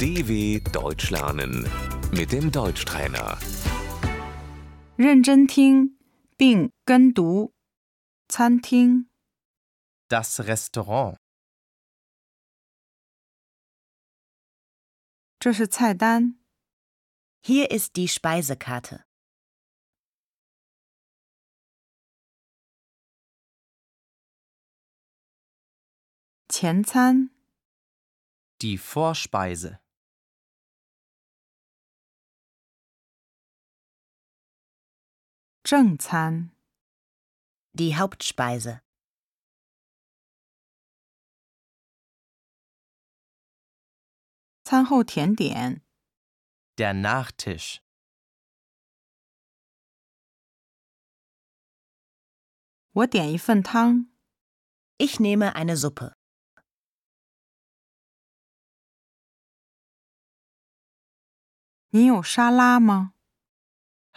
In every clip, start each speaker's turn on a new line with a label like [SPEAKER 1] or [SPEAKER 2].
[SPEAKER 1] DW Deutsch lernen mit dem Deutschtrainer.
[SPEAKER 2] 认真听并跟读。餐厅、
[SPEAKER 3] Das Restaurant.
[SPEAKER 2] 这是菜单。
[SPEAKER 4] Hier ist die Speisekarte.
[SPEAKER 2] 前餐、
[SPEAKER 3] Die Vorspeise.
[SPEAKER 2] 正餐、
[SPEAKER 4] Die Hauptspeise.
[SPEAKER 2] 餐后甜点、
[SPEAKER 3] Der Nachtisch.
[SPEAKER 2] 我点一份汤、
[SPEAKER 4] Ich nehme eine Suppe.
[SPEAKER 2] 你有沙拉吗？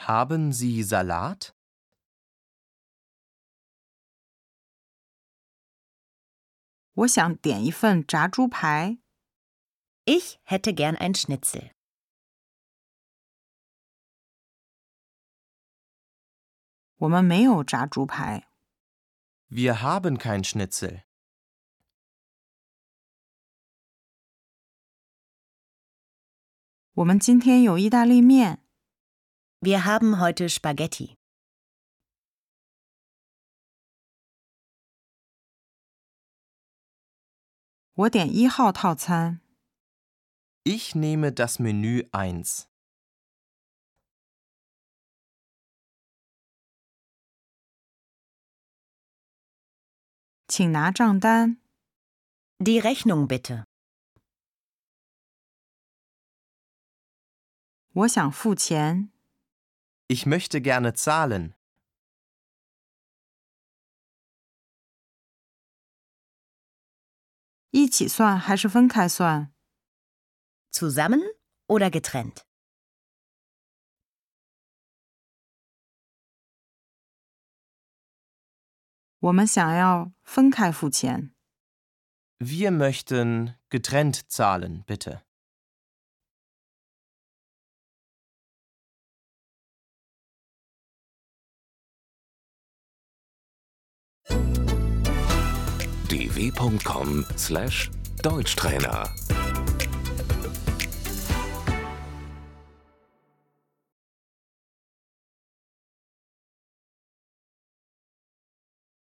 [SPEAKER 3] Haben Sie Salat?
[SPEAKER 2] 我想点一份炸猪排。
[SPEAKER 4] Ich hätte gern ein Schnitzel.
[SPEAKER 2] 我们没有炸猪排。
[SPEAKER 3] Wir haben kein Schnitzel.
[SPEAKER 2] 我们今天有意大利面。
[SPEAKER 4] Wir haben heute Spaghetti.
[SPEAKER 2] 我点一号套餐。
[SPEAKER 3] Ich nehme das Menü 1.
[SPEAKER 2] 请拿账单。
[SPEAKER 4] Die Rechnung bitte.
[SPEAKER 2] 我想付钱。
[SPEAKER 3] Ich möchte gerne zahlen.
[SPEAKER 2] 一起算还是分开算？
[SPEAKER 4] Zusammen oder getrennt?
[SPEAKER 2] 我们想要分开付钱。
[SPEAKER 3] Wir möchten getrennt zahlen, bitte.
[SPEAKER 1] dw.com/deutschtrainer